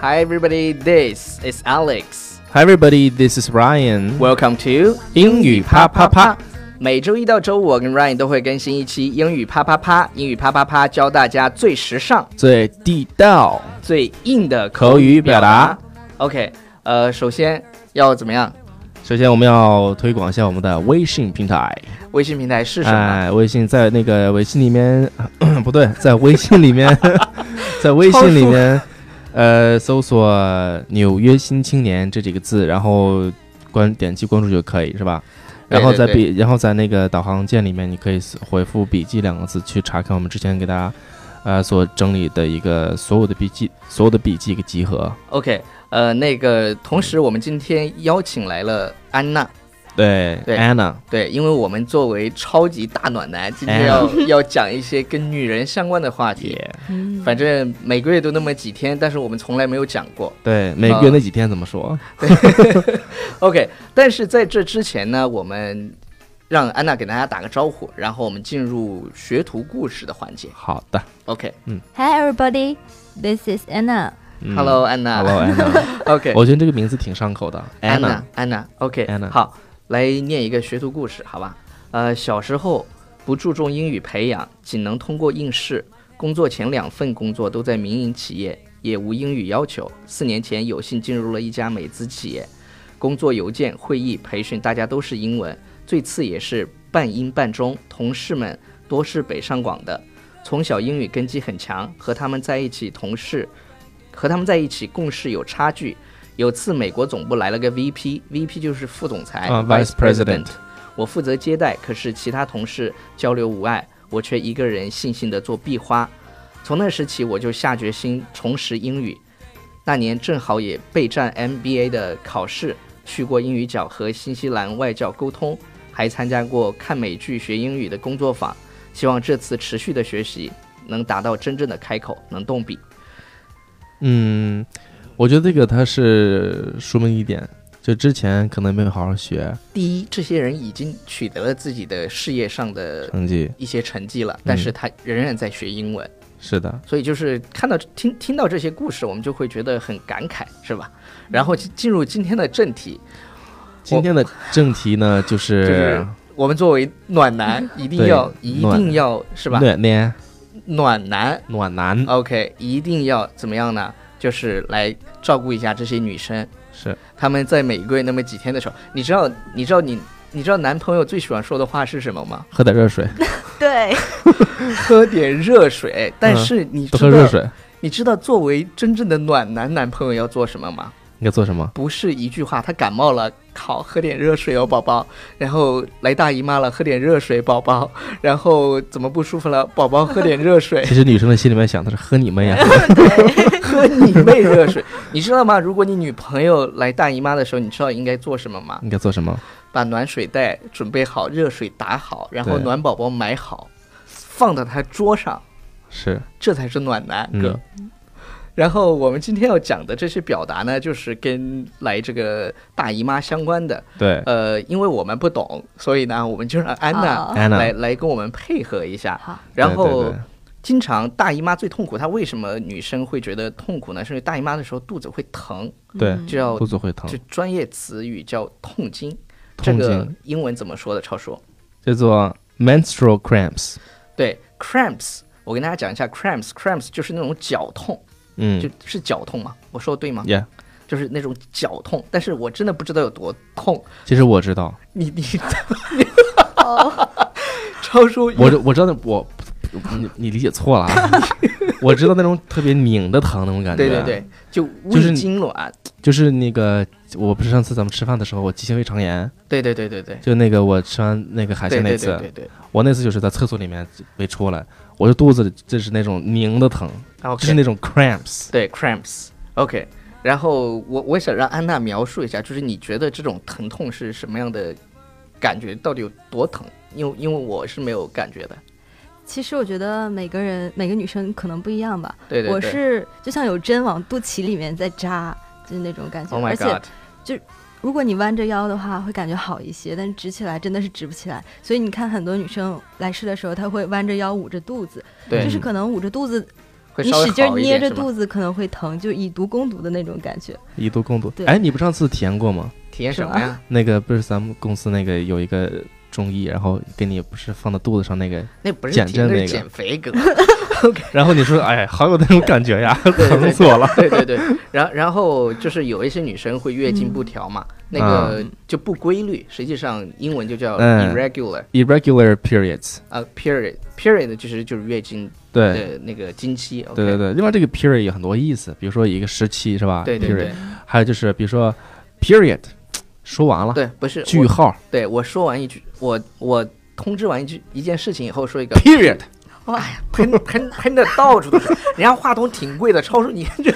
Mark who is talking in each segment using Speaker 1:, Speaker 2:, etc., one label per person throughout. Speaker 1: Hi everybody, this is Alex.
Speaker 2: Hi everybody, this is Ryan.
Speaker 1: Welcome to
Speaker 2: 英语啪啪啪。
Speaker 1: 每周一到周五，我跟 Ryan 都会更新一期英语啪啪啪。英语啪啪啪教大家最时尚、
Speaker 2: 最地道
Speaker 1: 最硬的
Speaker 2: 口语表达。
Speaker 1: OK，呃，首先要怎么样？
Speaker 2: 首先我们要推广一下我们的微信平台。
Speaker 1: 微信平台是什么？
Speaker 2: 哎，微信在那个微信里面， 不对，在微信 里面，在微信里面，呃，搜索“纽约新青年”这几个字，然后关点击关注就可以，是吧？
Speaker 1: 对
Speaker 2: 然后在
Speaker 1: 对
Speaker 2: 笔，然后在那个导航键里面，你可以搜回复“笔记”两个字去查看我们之前给大家，呃，所整理的一个所有的笔记，所有的笔记一个集合。
Speaker 1: OK，呃，那个，同时我们今天邀请来了安娜，
Speaker 2: 对
Speaker 1: 对
Speaker 2: ，Anna，
Speaker 1: 对，因为我们作为超级大暖男，今天要、要讲一些跟女人相关的话题。反正每个月都那么几天，但是我们从来没有讲过。
Speaker 2: 对，每个月那几天怎么
Speaker 1: 嗯
Speaker 2: 说？
Speaker 1: OK，但是在这之前呢，我们让安娜给大家打个招呼，然后我们进入学徒故事的环节。
Speaker 2: 好的
Speaker 1: OK，Hello，、
Speaker 3: Hi everybody, this is Anna。
Speaker 2: 嗯
Speaker 1: Hello，安娜。
Speaker 2: Hello Anna，
Speaker 1: OK，
Speaker 2: 我觉得这个名字挺上口的
Speaker 1: 安
Speaker 2: ，Anna
Speaker 1: 娜，安娜。OK，
Speaker 2: Anna
Speaker 1: 好，来念一个学徒故事，好吧？呃，小时候不注重英语培养，仅能通过应试。工作前两份工作都在民营企业，也无英语要求。四年前有幸进入了一家美资企业，工作邮件、会议、培训，大家都是英文，最次也是半英半中。同事们多是北上广的，从小英语根基很强，和他们在一起同事，和他们在一起共事有差距。有次美国总部来了个 VP，VP 就是副总裁、
Speaker 2: 啊
Speaker 1: Vice
Speaker 2: ，Vice
Speaker 1: President
Speaker 2: President。
Speaker 1: 我负责接待，可是其他同事交流无碍，我却一个人悻悻地做壁花。从那时起，我就下决心重拾英语。那年正好也备战 MBA 的考试，去过英语角和新西兰外教沟通，还参加过看美剧学英语的工作坊。希望这次持续的学习能达到真正的开口，能动笔。
Speaker 2: 嗯，我觉得这个它是说明一点，就之前可能没有好好学
Speaker 1: 第一，这些人已经取得了自己的事业上的
Speaker 2: 成绩，
Speaker 1: 一些成绩了，
Speaker 2: 嗯
Speaker 1: 但是他仍然在学英文。
Speaker 2: 是的，
Speaker 1: 所以就是看到听听到这些故事，我们就会觉得很感慨，是吧？然后进进入今天的正题，
Speaker 2: 今天的正题呢，就
Speaker 1: 就是
Speaker 2: 是
Speaker 1: 我们作为暖 男，一定要
Speaker 2: 对
Speaker 1: 一
Speaker 2: 暖
Speaker 1: 定要是吧？啊暖
Speaker 2: 暖男，
Speaker 1: 男
Speaker 2: 暖男
Speaker 1: ，OK，一定要怎么样呢？就是来照顾一下这些女生，
Speaker 2: 是
Speaker 1: 她们在每个月那么几天的时候，你知道，你知道你。你知道男朋友最喜欢说的话是什么 吗？
Speaker 2: 喝点热 水，
Speaker 3: 对，
Speaker 1: 喝点热水。但
Speaker 2: 嗯
Speaker 1: 是你知
Speaker 2: 多
Speaker 1: 道，
Speaker 2: 喝热水。
Speaker 1: 你知道作为真正的暖男男朋友要做什么吗？
Speaker 2: 应该做什么？
Speaker 1: 不是一句话，他感冒了，靠，喝点热水哦，宝宝。然后来大姨妈了，喝点热水，宝宝。然后怎么不舒服了，宝宝，喝点热水，
Speaker 2: 其实女生的心里面想的是喝你妹啊！
Speaker 1: 喝你妹热水。 你知道吗？如果你女朋友来大姨妈的时候，你知道应该做什么吗？
Speaker 2: 应该做什么？
Speaker 1: 把暖水袋准备好，热水打好，然后
Speaker 2: 对
Speaker 1: 暖宝宝买好，放到她桌上，
Speaker 2: 是
Speaker 1: 这才是暖男哥。
Speaker 2: 嗯，
Speaker 1: 然后我们今天要讲的这些表达呢，就是跟来这个大姨妈相关的。
Speaker 2: 对，
Speaker 1: 呃，因为我们不懂，所以呢，我们就让安娜
Speaker 3: 好
Speaker 2: 啊安娜
Speaker 1: 来来跟我们配合一下。
Speaker 3: 好，
Speaker 1: 然
Speaker 2: 对对
Speaker 1: 后
Speaker 2: 对，
Speaker 1: 经常大姨妈最痛苦，她为什么女生会觉得痛苦呢？是因为大姨妈的时候肚子会疼，
Speaker 2: 对
Speaker 1: 就要
Speaker 2: 肚子会疼
Speaker 1: 就，专业词语叫痛经。这
Speaker 2: 嗯痛
Speaker 1: 个
Speaker 2: 经
Speaker 1: 英文怎么说的？超说
Speaker 2: 叫做 menstrual cramps。
Speaker 1: 对 cramps，我跟大家讲一下 cramps，cramps 就是那种绞痛，
Speaker 2: 嗯
Speaker 1: 就是绞痛嘛，我说的对吗？
Speaker 2: ，Yeah，
Speaker 1: 就是那种绞痛，但是我真的不知道有多痛。
Speaker 2: 其实我知道，
Speaker 1: 你你， 超叔，
Speaker 2: 我知我知道那我你你理解错了啊， 我知道那种特别拧的疼那种感觉，
Speaker 1: 对对，
Speaker 2: 啊
Speaker 1: 对，就
Speaker 2: 就
Speaker 1: 胃
Speaker 2: 是
Speaker 1: 痉挛，
Speaker 2: 就是那个我不是上次咱们吃饭的时候我急性胃肠炎，
Speaker 1: 对对对对对，
Speaker 2: 就那个我吃完那个海
Speaker 1: 对
Speaker 2: 鲜那
Speaker 1: 对
Speaker 2: 次，啊
Speaker 1: 对对对，
Speaker 2: 我那次就是在厕所里面没出来，我的肚子就是那种拧的疼，
Speaker 1: 然后
Speaker 2: 就是那种 cramps，
Speaker 1: 对 cramps OK，然后我我想让安娜描述一下，就是你觉得这种疼痛是什么样的感觉，到底有多疼？因为因为我是没有感觉的，
Speaker 3: 其实我觉得每个人每个女生可能不一样吧。
Speaker 1: 对对对，
Speaker 3: 我是就像有针往肚脐里面在扎，就是那种感觉。
Speaker 1: Oh my
Speaker 3: 而且
Speaker 1: god！
Speaker 3: 如果你弯着腰的话，会感觉好一些，但是直起来真的是直不起来。所以你看很多女生来试的时候，她会弯着腰捂着肚子，
Speaker 1: 对
Speaker 3: 就，是可能捂着肚子，
Speaker 1: 会
Speaker 3: 你
Speaker 1: 稍微
Speaker 3: 使劲
Speaker 1: 好一
Speaker 3: 捏
Speaker 1: 点
Speaker 3: 着
Speaker 1: 是吗？
Speaker 3: 肚子可能会疼，就以毒攻毒的那种感觉。
Speaker 2: 以毒攻毒
Speaker 3: 对。
Speaker 2: 哎，你不上次体验过吗？
Speaker 1: 体验
Speaker 3: 是
Speaker 1: 什么
Speaker 3: 吧
Speaker 1: 呀？
Speaker 2: 那个不是咱们公司那个有一个中医，然后给你不是放到肚子上那个，
Speaker 1: 那不是
Speaker 2: 减
Speaker 1: 体
Speaker 2: 震
Speaker 1: 验，那
Speaker 2: 那
Speaker 1: 是
Speaker 2: 个
Speaker 1: 减肥哥。
Speaker 2: 然后你说哎，好有那种感觉呀，
Speaker 1: 对对
Speaker 2: 疼死我了。
Speaker 1: 对对对，然然后就是有一些女生会月经
Speaker 3: 嗯
Speaker 1: 不调嘛，那个就不规律，实际上英文就叫
Speaker 2: 嗯
Speaker 1: irregular，
Speaker 2: Irregular periods，
Speaker 1: 呃，period period 其实就是月经
Speaker 2: 对。
Speaker 1: 的那个经期。
Speaker 2: 对对对，另外这个 period 有很多意思，比如说一个时期是吧？
Speaker 1: 对对
Speaker 2: period，
Speaker 1: 对
Speaker 2: 还有就是比如说 period，说完了，
Speaker 1: 对，不是
Speaker 2: 句
Speaker 1: 我
Speaker 2: 号
Speaker 1: 对我说完一句，我我通知完一句一件事情以后说一个
Speaker 2: period，
Speaker 1: 哇呀， 喷喷喷的到处都是，人家话筒挺贵的，超出你这。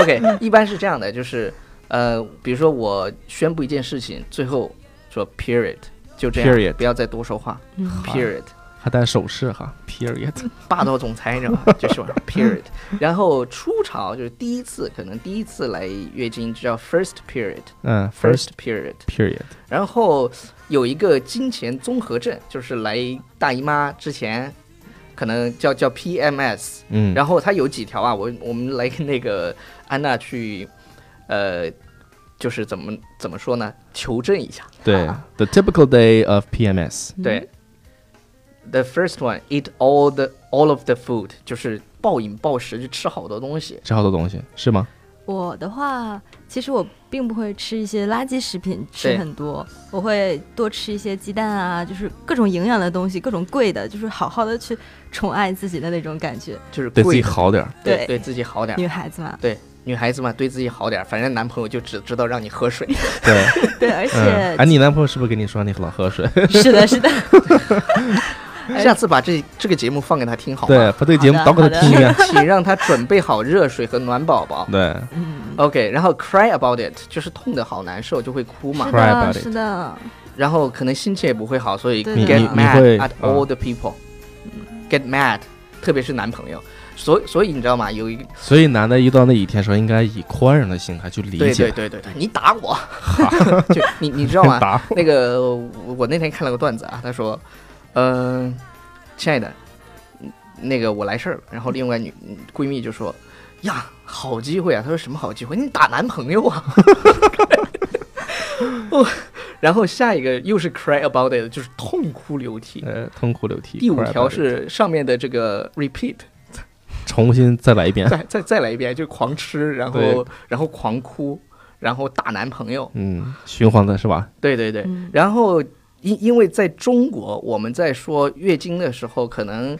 Speaker 1: OK，一 般是这样的，就是呃，比如说我宣布一件事情，最后说 period，就这样
Speaker 2: Period
Speaker 1: 不要再多说话。
Speaker 3: 嗯
Speaker 1: period，嗯
Speaker 2: 还带手势哈，period。
Speaker 1: 霸道总裁，你知道吗？ 就是 period。然后初潮就是第一次，可能第一次来月经就叫 first period，first
Speaker 2: 嗯，first
Speaker 1: period。
Speaker 2: period，
Speaker 1: 然后有一个金钱综合症，就是来大姨妈之前，可能叫叫 PMS。
Speaker 2: 嗯，
Speaker 1: 然后它有几条啊，我我们来跟那个安娜去，呃，就是怎么怎么说呢？求证一下。
Speaker 2: 对，the
Speaker 1: 啊
Speaker 2: typical day of PMS，
Speaker 3: 嗯
Speaker 1: 对、t h e first one, eat all the all of the food，就是暴饮暴食，就吃好多东西。
Speaker 2: 吃好多东西是吗？
Speaker 3: 我的话，其实我并不会吃一些垃圾食品，吃
Speaker 1: 对
Speaker 3: 很多，我会多吃一些鸡蛋啊，就是各种营养的东西，各种贵的，就是好好的去宠爱自己的那种感觉。
Speaker 1: 就是
Speaker 2: 对自
Speaker 1: 贵
Speaker 2: 己
Speaker 1: 的，
Speaker 2: 好点儿。
Speaker 1: 对
Speaker 3: 对
Speaker 1: 对自己好点儿。
Speaker 3: 女孩子 嘛，
Speaker 1: 对，女孩子嘛，对自己好点儿，反正男朋友就只知道让你喝水。
Speaker 2: 对，
Speaker 3: 对，而
Speaker 2: 嗯，
Speaker 3: 且、
Speaker 2: 哎，你男朋友是不是跟你说你老喝水？
Speaker 3: 是 的，是的，哎
Speaker 1: 下次把这这个节目放给他听哦好
Speaker 2: 对
Speaker 1: 吗？，
Speaker 2: 把这个节目
Speaker 3: 好的
Speaker 2: 倒给他
Speaker 3: 好的
Speaker 2: 听一遍。
Speaker 1: 请让他准备好热水和暖宝宝。
Speaker 2: 对，
Speaker 3: 嗯，
Speaker 1: OK，然后 cry about it 就是痛的好难受，就会哭嘛
Speaker 3: 是。
Speaker 2: Cry about
Speaker 3: 的，
Speaker 2: it
Speaker 3: 是的，
Speaker 1: 然后可能心情也不会好，所以
Speaker 3: 对的
Speaker 1: get
Speaker 3: 你你
Speaker 2: 你
Speaker 1: mad
Speaker 2: 会啊
Speaker 1: at all the people，get mad，特别是男朋友。所以所以你知道吗？有一个
Speaker 2: 所以男的遇到那一天的时候，应该以宽容的心态去理
Speaker 1: 对对
Speaker 2: 解。
Speaker 1: 对对对，你打我， 就你你知道吗？
Speaker 2: 打
Speaker 1: 那个我我那天看了个段子啊，他说，嗯、亲爱的，嗯那个我来事儿了。然后另外女嗯闺蜜就说，呀，好机会啊！她说什么好机会？你打男朋友 啊！ 哦，然后下一个又是 cry about it，就是痛哭流涕。
Speaker 2: 呃，痛哭流涕。
Speaker 1: 第五
Speaker 2: cry
Speaker 1: 条
Speaker 2: about it
Speaker 1: 是上面的这个 repeat，
Speaker 2: 重新再来一遍。
Speaker 1: 再再再来一遍，就狂吃，然后然后狂哭，然后打男朋友，
Speaker 2: 嗯，循环的是吧？
Speaker 1: 对对对。
Speaker 3: 嗯
Speaker 1: 然后因因为在中国，我们在说月经的时候，可能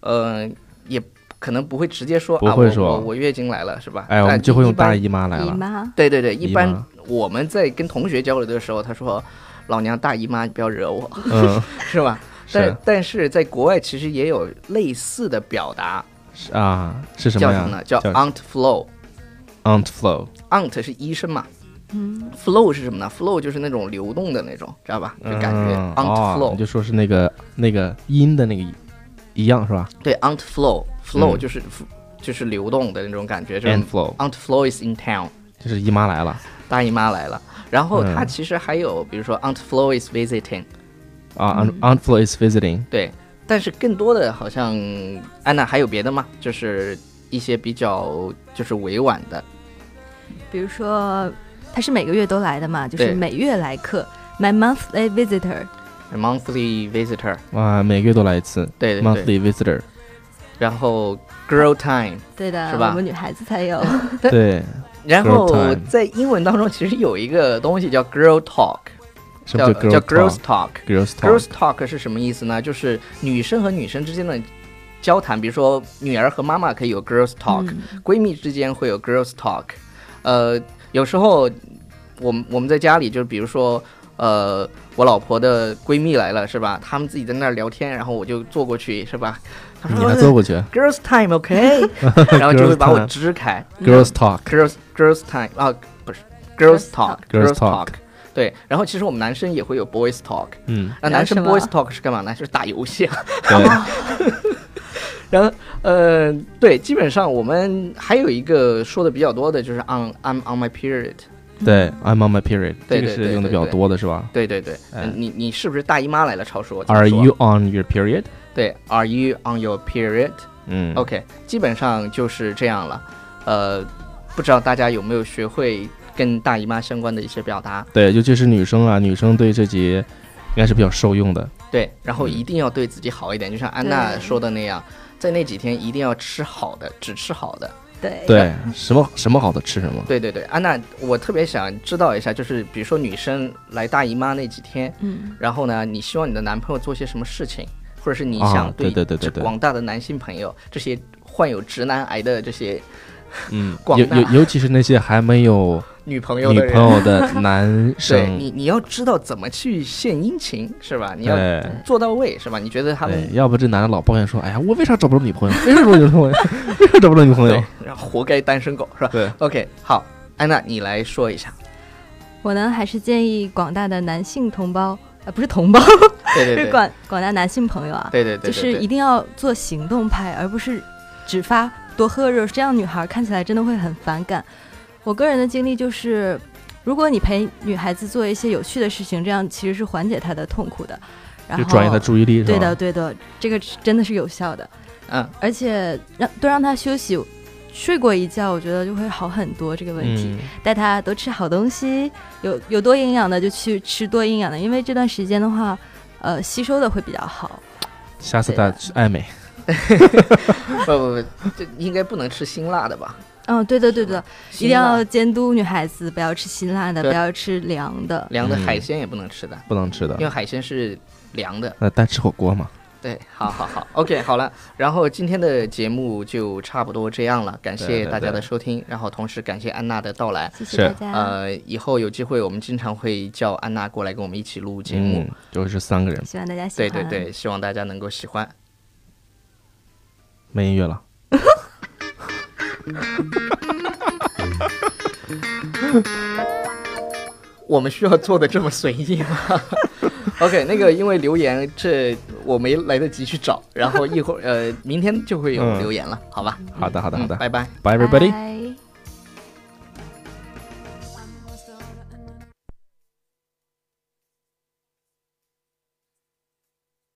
Speaker 1: 呃也可能不会直接说
Speaker 2: 不会说
Speaker 1: 啊、我我我月经来了是吧？
Speaker 2: 哎，
Speaker 1: 但
Speaker 2: 我们就会用大
Speaker 1: 一般。
Speaker 2: 姨妈来
Speaker 3: 姨
Speaker 2: 了。
Speaker 3: 妈，
Speaker 1: 对对对，一
Speaker 2: 姨
Speaker 1: 般
Speaker 2: 妈
Speaker 1: 我们在跟同学交流的时候，他说老娘大姨妈，你不要惹我，
Speaker 2: 嗯，
Speaker 1: 是吧？
Speaker 2: 是
Speaker 1: 但但是在国外其实也有类似的表达，
Speaker 2: 是啊，是什
Speaker 1: 叫
Speaker 2: 么
Speaker 1: 什么呢
Speaker 2: 呀？？
Speaker 1: 叫
Speaker 2: 叫
Speaker 1: aunt flow。
Speaker 2: aunt flow。
Speaker 1: aunt 是医生嘛
Speaker 3: 嗯，
Speaker 1: ，flow 是什么呢？flow 就是那种流动的那种，知道吧？就感觉
Speaker 2: 嗯
Speaker 1: aunt
Speaker 2: 哦
Speaker 1: flow，、
Speaker 2: 你就说是那个那个音的那个一样是吧
Speaker 1: 对 aunt flow，flow
Speaker 2: 嗯
Speaker 1: 就是、就是流动的那种感觉。就是
Speaker 2: ？and flow
Speaker 1: aunt flow is in town，
Speaker 2: 就是姨妈来了
Speaker 1: 大姨妈来了。然后
Speaker 2: 嗯
Speaker 1: 它其实还有，比如说 aunt flow is visiting，
Speaker 2: 啊，aunt aunt flow is visiting。
Speaker 1: 对。但是更多的好像安娜还有别的吗？就是一些比较就是委婉的，
Speaker 3: 比如说她是每个月都来的嘛，就是
Speaker 1: 对
Speaker 3: 每月来客，my
Speaker 1: 嗯
Speaker 3: monthly visitor，
Speaker 1: monthly visitor，
Speaker 2: 哇，每个月都来一次
Speaker 1: 对对对。
Speaker 2: ，monthly visitor，
Speaker 1: 然后 girl time。
Speaker 3: 对的，
Speaker 1: 是吧
Speaker 3: 我们女孩子才有，
Speaker 2: 对，
Speaker 1: 然
Speaker 2: Girl
Speaker 1: 后
Speaker 2: time
Speaker 1: 在英文当中，其实有一个东西叫 girl talk，
Speaker 2: 什
Speaker 1: 叫
Speaker 2: 么
Speaker 1: 叫 girls
Speaker 2: girls
Speaker 1: talk。
Speaker 2: girls
Speaker 1: girls
Speaker 2: talk？
Speaker 1: talk 是什么意思呢？就是女生和女生之间的交谈，比如说女儿和妈妈可以有 girls talk，、
Speaker 3: 嗯
Speaker 1: 闺蜜之间会有 girls talk。呃，有时候我们我们在家里，就是比如说。呃，我老婆的闺蜜来了，是吧？她们自己在那儿聊天，然后我就坐过去，是吧？她
Speaker 2: 嗯你
Speaker 1: 说呃
Speaker 2: 还坐过去
Speaker 1: “girls time”，OK，、然 后就会把
Speaker 2: Girls
Speaker 1: 我
Speaker 2: time
Speaker 1: 支开。
Speaker 2: ？girls talk，
Speaker 1: girls girls time 啊，不是 girls talk
Speaker 2: Girls talk
Speaker 1: 对，然后其实我们男生也会有 boys talk，
Speaker 2: 嗯，
Speaker 1: 那
Speaker 3: 聊
Speaker 1: 呃男生
Speaker 3: 什么
Speaker 1: boys talk 是干嘛呢？就是打游戏啊。
Speaker 2: 对，
Speaker 1: 然后呃，对，基本上我们还有一个说的比较多的就是 on I'm on my period，
Speaker 2: 对，I'm on my period，
Speaker 1: 对
Speaker 2: 这个
Speaker 1: 对对
Speaker 2: 是用的比
Speaker 1: 对
Speaker 2: 较
Speaker 1: 对
Speaker 2: 多的是吧
Speaker 1: 对对对，
Speaker 2: 哎
Speaker 1: 嗯你你是不是大姨妈来了？超叔
Speaker 2: ？Are
Speaker 1: 怎么说
Speaker 2: you on your period？
Speaker 1: 对，Are you on your period？
Speaker 2: 嗯
Speaker 1: OK，基本上就是这样了。呃，不知道大家有没有学会跟大姨妈相关的一些表达？
Speaker 2: 对，尤其是女生啊，女生对这节应该是比较受用
Speaker 1: 哎
Speaker 2: 的。
Speaker 1: 对，然后
Speaker 2: 嗯
Speaker 1: 一定要对自己好一点，就像安娜
Speaker 3: 对
Speaker 1: 说的那样，在那几天一定要吃好的，只吃好的。
Speaker 3: 对
Speaker 2: 对，什么什么好的吃什么。
Speaker 1: 对对对，安娜，我特别想知道一下，就是比如说女生来大姨妈那几天，
Speaker 3: 嗯，
Speaker 1: 然后呢，你希望你的男朋友做些什么事情，或者是你
Speaker 2: 啊
Speaker 1: 想
Speaker 2: 对对对对对
Speaker 1: 广大的男性朋友，这些患有直男癌的这些
Speaker 2: 嗯，
Speaker 1: 广
Speaker 2: 尤
Speaker 1: 大
Speaker 2: 尤尤其是那些还没有
Speaker 1: 女朋友
Speaker 2: 女
Speaker 1: 的人
Speaker 2: 朋。友的 男
Speaker 1: 对
Speaker 2: 生，
Speaker 1: 你，你要知道怎么去献殷勤，是吧？你要
Speaker 2: 对
Speaker 1: 做到位，是吧？你觉得他
Speaker 2: 对
Speaker 1: 们，
Speaker 2: 要不这男的老抱怨说：“哎呀，我为啥找不着女朋友？为啥找不着女朋友？为啥找不着女朋友
Speaker 1: 对，然后活该单身狗，是吧？”
Speaker 2: 对，
Speaker 1: ？OK，好，安娜，你来说一下。
Speaker 3: 我呢还是建议广大的男性同胞，呃，不是同胞，
Speaker 1: 对对
Speaker 3: 是
Speaker 1: 对，
Speaker 3: 广广大男性朋友啊，
Speaker 1: 对对对，
Speaker 3: 就
Speaker 1: 对
Speaker 3: 是
Speaker 1: 对
Speaker 3: 一定要做行动派，而不是只发多喝热水，这样女孩看起来真的会很反感。我个人的经历就是，如果你陪女孩子做一些有趣的事情，这样其实是缓解她的痛苦的，然
Speaker 2: 就
Speaker 3: 后
Speaker 2: 转移他注意力，是
Speaker 3: 对的
Speaker 2: 吧？
Speaker 3: 对的，这个是真的是有效的，
Speaker 1: 嗯，
Speaker 3: 而且让多让她休息，睡过一觉，我觉得就会好很多这个问题。
Speaker 2: 嗯，
Speaker 3: 带他多吃好东西，有有多营养的就去吃多营养的，因为这段时间的话，呃，吸收的会比较好。
Speaker 2: 下次
Speaker 3: 对
Speaker 2: 带
Speaker 3: 的
Speaker 2: 去爱美，
Speaker 1: 不不不，这应该不能吃辛辣的吧？
Speaker 3: 嗯，对的对的，一
Speaker 1: 辛
Speaker 3: 定
Speaker 1: 辣
Speaker 3: 要监督女孩子，不要吃辛辣的，
Speaker 1: 对
Speaker 3: 不要吃凉的。
Speaker 1: 凉的
Speaker 2: 嗯
Speaker 1: 海鲜也不能吃的，
Speaker 2: 不能吃的
Speaker 1: 因。为海鲜是凉的。
Speaker 2: 那单吃火锅嘛，
Speaker 1: 对，好好好，OK，好了，然后今天的节目就差不多这样了，感
Speaker 2: 对
Speaker 1: 谢
Speaker 2: 对
Speaker 1: 大家
Speaker 2: 对
Speaker 1: 的收听，然后同时感谢安娜的到来。
Speaker 3: 谢
Speaker 2: 是
Speaker 3: 谢大家。
Speaker 1: 呃，以后有机会我们经常会叫安娜过来跟我们一起录节目。
Speaker 2: 嗯，就是三个人，
Speaker 3: 希望大家喜
Speaker 1: 对
Speaker 3: 欢。
Speaker 1: 对对，希望大家能够喜欢。
Speaker 2: 没音乐了。
Speaker 1: 我们需要做的这么随意吗 ？OK，那个因为留言这我没来得及去找，然后一会儿呃明天就会有
Speaker 2: 嗯
Speaker 1: 留言了，好吧？
Speaker 2: 好的，好的，
Speaker 1: 嗯
Speaker 2: 好的
Speaker 1: 拜拜。
Speaker 2: ，Bye everybody。
Speaker 3: 拜